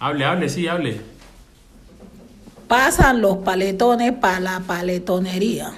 Hable, hable, sí, hable. Pasan los paletones para la paletonería.